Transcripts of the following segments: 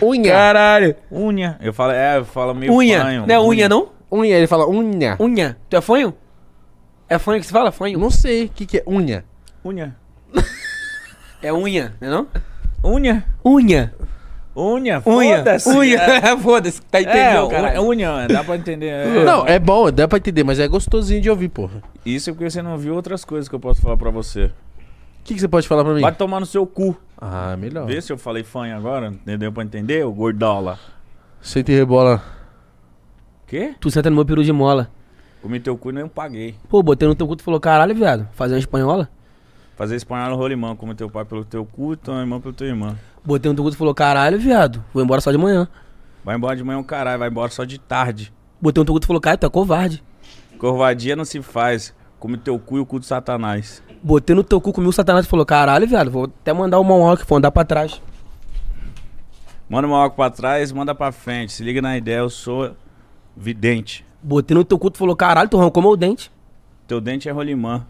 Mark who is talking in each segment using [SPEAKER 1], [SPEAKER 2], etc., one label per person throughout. [SPEAKER 1] Unha.
[SPEAKER 2] Caralho.
[SPEAKER 3] Unha. Eu falo, é, eu falo meio
[SPEAKER 2] Unha.
[SPEAKER 3] fanho,
[SPEAKER 2] não é unha, não?
[SPEAKER 1] Unha, ele fala unha.
[SPEAKER 2] Unha. Tu é fanho? É fanho que se fala? Fanho?
[SPEAKER 1] Não sei o que, que é unha.
[SPEAKER 3] Unha.
[SPEAKER 2] É unha, não é não?
[SPEAKER 3] Unha.
[SPEAKER 2] Unha.
[SPEAKER 3] Unha.
[SPEAKER 2] Unha.
[SPEAKER 3] Foda-se.
[SPEAKER 2] Unha.
[SPEAKER 3] É,
[SPEAKER 2] Foda-se. Tá
[SPEAKER 3] é,
[SPEAKER 2] entendendo,
[SPEAKER 3] unha,
[SPEAKER 2] cara.
[SPEAKER 3] unha, dá pra entender. É.
[SPEAKER 1] Não, é bom, dá pra entender, mas é gostosinho de ouvir, porra.
[SPEAKER 3] Isso é porque você não viu outras coisas que eu posso falar pra você.
[SPEAKER 1] O que, que você pode falar pra mim?
[SPEAKER 3] Vai tomar no seu cu.
[SPEAKER 1] Ah, melhor.
[SPEAKER 3] Vê se eu falei fanho agora, entendeu? Pra entender, ô gordola.
[SPEAKER 1] Senta e rebola.
[SPEAKER 3] Quê?
[SPEAKER 2] Tu senta no meu peru de mola.
[SPEAKER 3] Comi teu cu e não paguei.
[SPEAKER 2] Pô, botei no teu cu, tu falou, caralho, viado, fazer uma espanhola?
[SPEAKER 3] Fazer espanhol no rolimão, como teu pai pelo teu cu, tua irmã pelo teu irmão.
[SPEAKER 2] Botei no teu cu, tu falou, caralho, viado, vou embora só de manhã.
[SPEAKER 3] Vai embora de manhã o caralho, vai embora só de tarde.
[SPEAKER 2] Botei no teu cu, tu falou, cara, tu é covarde.
[SPEAKER 3] Corvadia não se faz. Come teu cu e o cu do satanás.
[SPEAKER 2] Botei no teu cu, comi o satanás, tu falou, caralho, viado, vou até mandar o mão que vou andar pra trás.
[SPEAKER 3] Manda uma óculos pra trás, manda pra frente. Se liga na ideia, eu sou vidente.
[SPEAKER 2] Botei no teu cu, tu falou, caralho, tu arrancou meu dente.
[SPEAKER 3] Teu dente é rolimã.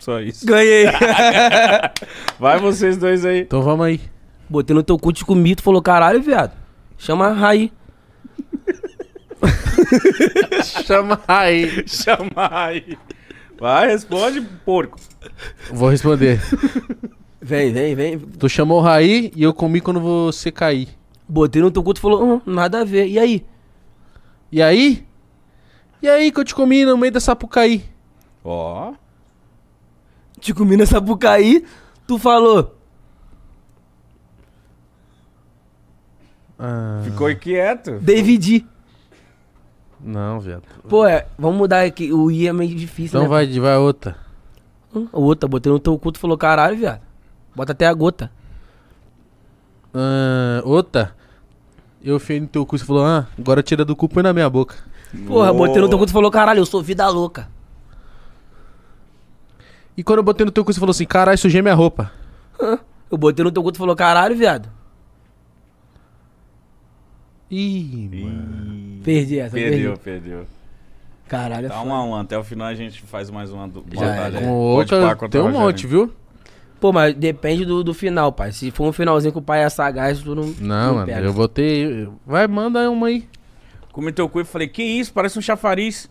[SPEAKER 3] Só isso.
[SPEAKER 2] Ganhei.
[SPEAKER 3] Vai vocês dois aí.
[SPEAKER 1] Então vamos aí.
[SPEAKER 2] Botei no teu cu, te comi, tu falou, caralho, viado, chama a Raí.
[SPEAKER 1] Chama aí.
[SPEAKER 3] Chama aí. Vai, responde, porco.
[SPEAKER 1] Vou responder.
[SPEAKER 2] Vem, vem, vem.
[SPEAKER 1] Tu chamou Raí e eu comi quando você cair.
[SPEAKER 2] Botei no teu cu, tu falou, hum, nada a ver, e aí?
[SPEAKER 1] E aí? E aí que eu te comi no meio da sapucaí?
[SPEAKER 3] Ó.
[SPEAKER 2] Te comi na Sapucaí, tu falou,
[SPEAKER 1] Ah,
[SPEAKER 3] Ficou inquieto.
[SPEAKER 2] David.
[SPEAKER 1] não, viado.
[SPEAKER 2] Pô, é, vamos mudar aqui, o I é meio difícil,
[SPEAKER 1] Então
[SPEAKER 2] né?
[SPEAKER 1] vai, vai outra.
[SPEAKER 2] Hum, O outro, botei no teu cu, tu falou, caralho, viado. Bota até a gota.
[SPEAKER 1] Ah, outra. Eu enfiei no teu cu e você falou, ah, agora tira do cu e põe na minha boca.
[SPEAKER 2] Porra,
[SPEAKER 3] Ô.
[SPEAKER 2] botei no teu cu, tu falou, caralho, eu sou vida louca.
[SPEAKER 1] E quando eu botei no teu cu, você falou assim, caralho, sujei minha roupa.
[SPEAKER 2] Eu botei no teu cu, tu falou, caralho, viado.
[SPEAKER 1] Ih,
[SPEAKER 3] Ih,
[SPEAKER 1] mano.
[SPEAKER 2] Perdi essa,
[SPEAKER 3] Perdeu,
[SPEAKER 2] perdeu.
[SPEAKER 3] perdeu.
[SPEAKER 2] Caralho, é
[SPEAKER 3] Tá um a um. Até o final a gente faz mais uma do-
[SPEAKER 2] Já
[SPEAKER 3] batalha
[SPEAKER 2] era.
[SPEAKER 3] aí.
[SPEAKER 1] é. Com
[SPEAKER 3] Pode
[SPEAKER 1] outra,
[SPEAKER 3] pá, contra
[SPEAKER 1] tem
[SPEAKER 3] o
[SPEAKER 1] um
[SPEAKER 3] Rogerinho.
[SPEAKER 1] monte, viu?
[SPEAKER 2] Pô, mas depende do, do final, pai. Se for um finalzinho que o pai é sagaz, tu não.
[SPEAKER 1] Não, mano,
[SPEAKER 2] pega.
[SPEAKER 1] eu botei... Vai, manda uma aí.
[SPEAKER 3] Comi teu cu e falei, que isso? Parece um chafariz.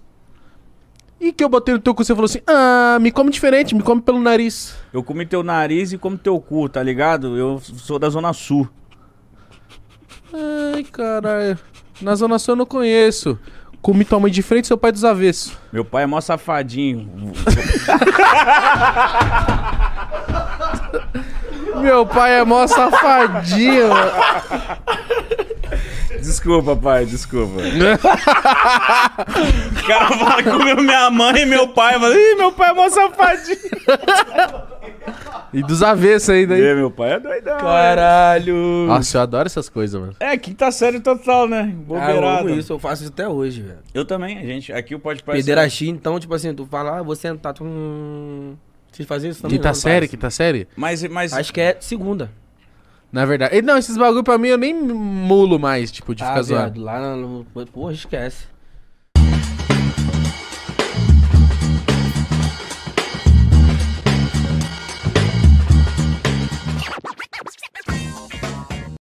[SPEAKER 1] E que eu botei no teu cu, você falou assim, ah, me come diferente, me come pelo nariz.
[SPEAKER 3] Eu comi teu nariz e como teu cu, tá ligado? Eu sou da Zona Sul.
[SPEAKER 1] Ai, caralho. Na Zona Sul eu não conheço. Comi tua mãe de frente e seu pai dos avesso.
[SPEAKER 3] Meu pai é mó safadinho.
[SPEAKER 1] Meu pai é mó safadinho. mano.
[SPEAKER 3] Desculpa, pai, desculpa. O cara fala com minha mãe e meu pai. Eu falo, Ih, meu pai é mó safadinho.
[SPEAKER 1] E dos avesso ainda.
[SPEAKER 3] E
[SPEAKER 1] Hein?
[SPEAKER 3] meu pai é doidão.
[SPEAKER 2] Caralho!
[SPEAKER 1] Nossa, eu adoro essas coisas, mano.
[SPEAKER 3] É, quinta série total, né?
[SPEAKER 2] Ah, eu
[SPEAKER 3] Bobeirada.
[SPEAKER 2] amo isso, eu faço isso até hoje, velho.
[SPEAKER 3] Eu também, a gente. Aqui o é- Pode Parecer.
[SPEAKER 2] Pederastia, então, tipo assim, tu fala, ah, vou sentar, tu. Hum... Vocês fazem isso também?
[SPEAKER 1] Quinta
[SPEAKER 2] não,
[SPEAKER 1] série,
[SPEAKER 2] faz?
[SPEAKER 1] quinta série.
[SPEAKER 3] Mas, mas
[SPEAKER 2] Acho que é segunda.
[SPEAKER 1] Na verdade. E, Não, esses bagulho pra mim eu nem mulo mais, tipo, de
[SPEAKER 2] ah,
[SPEAKER 1] ficar zoando.
[SPEAKER 2] viado, lá no. Porra, esquece.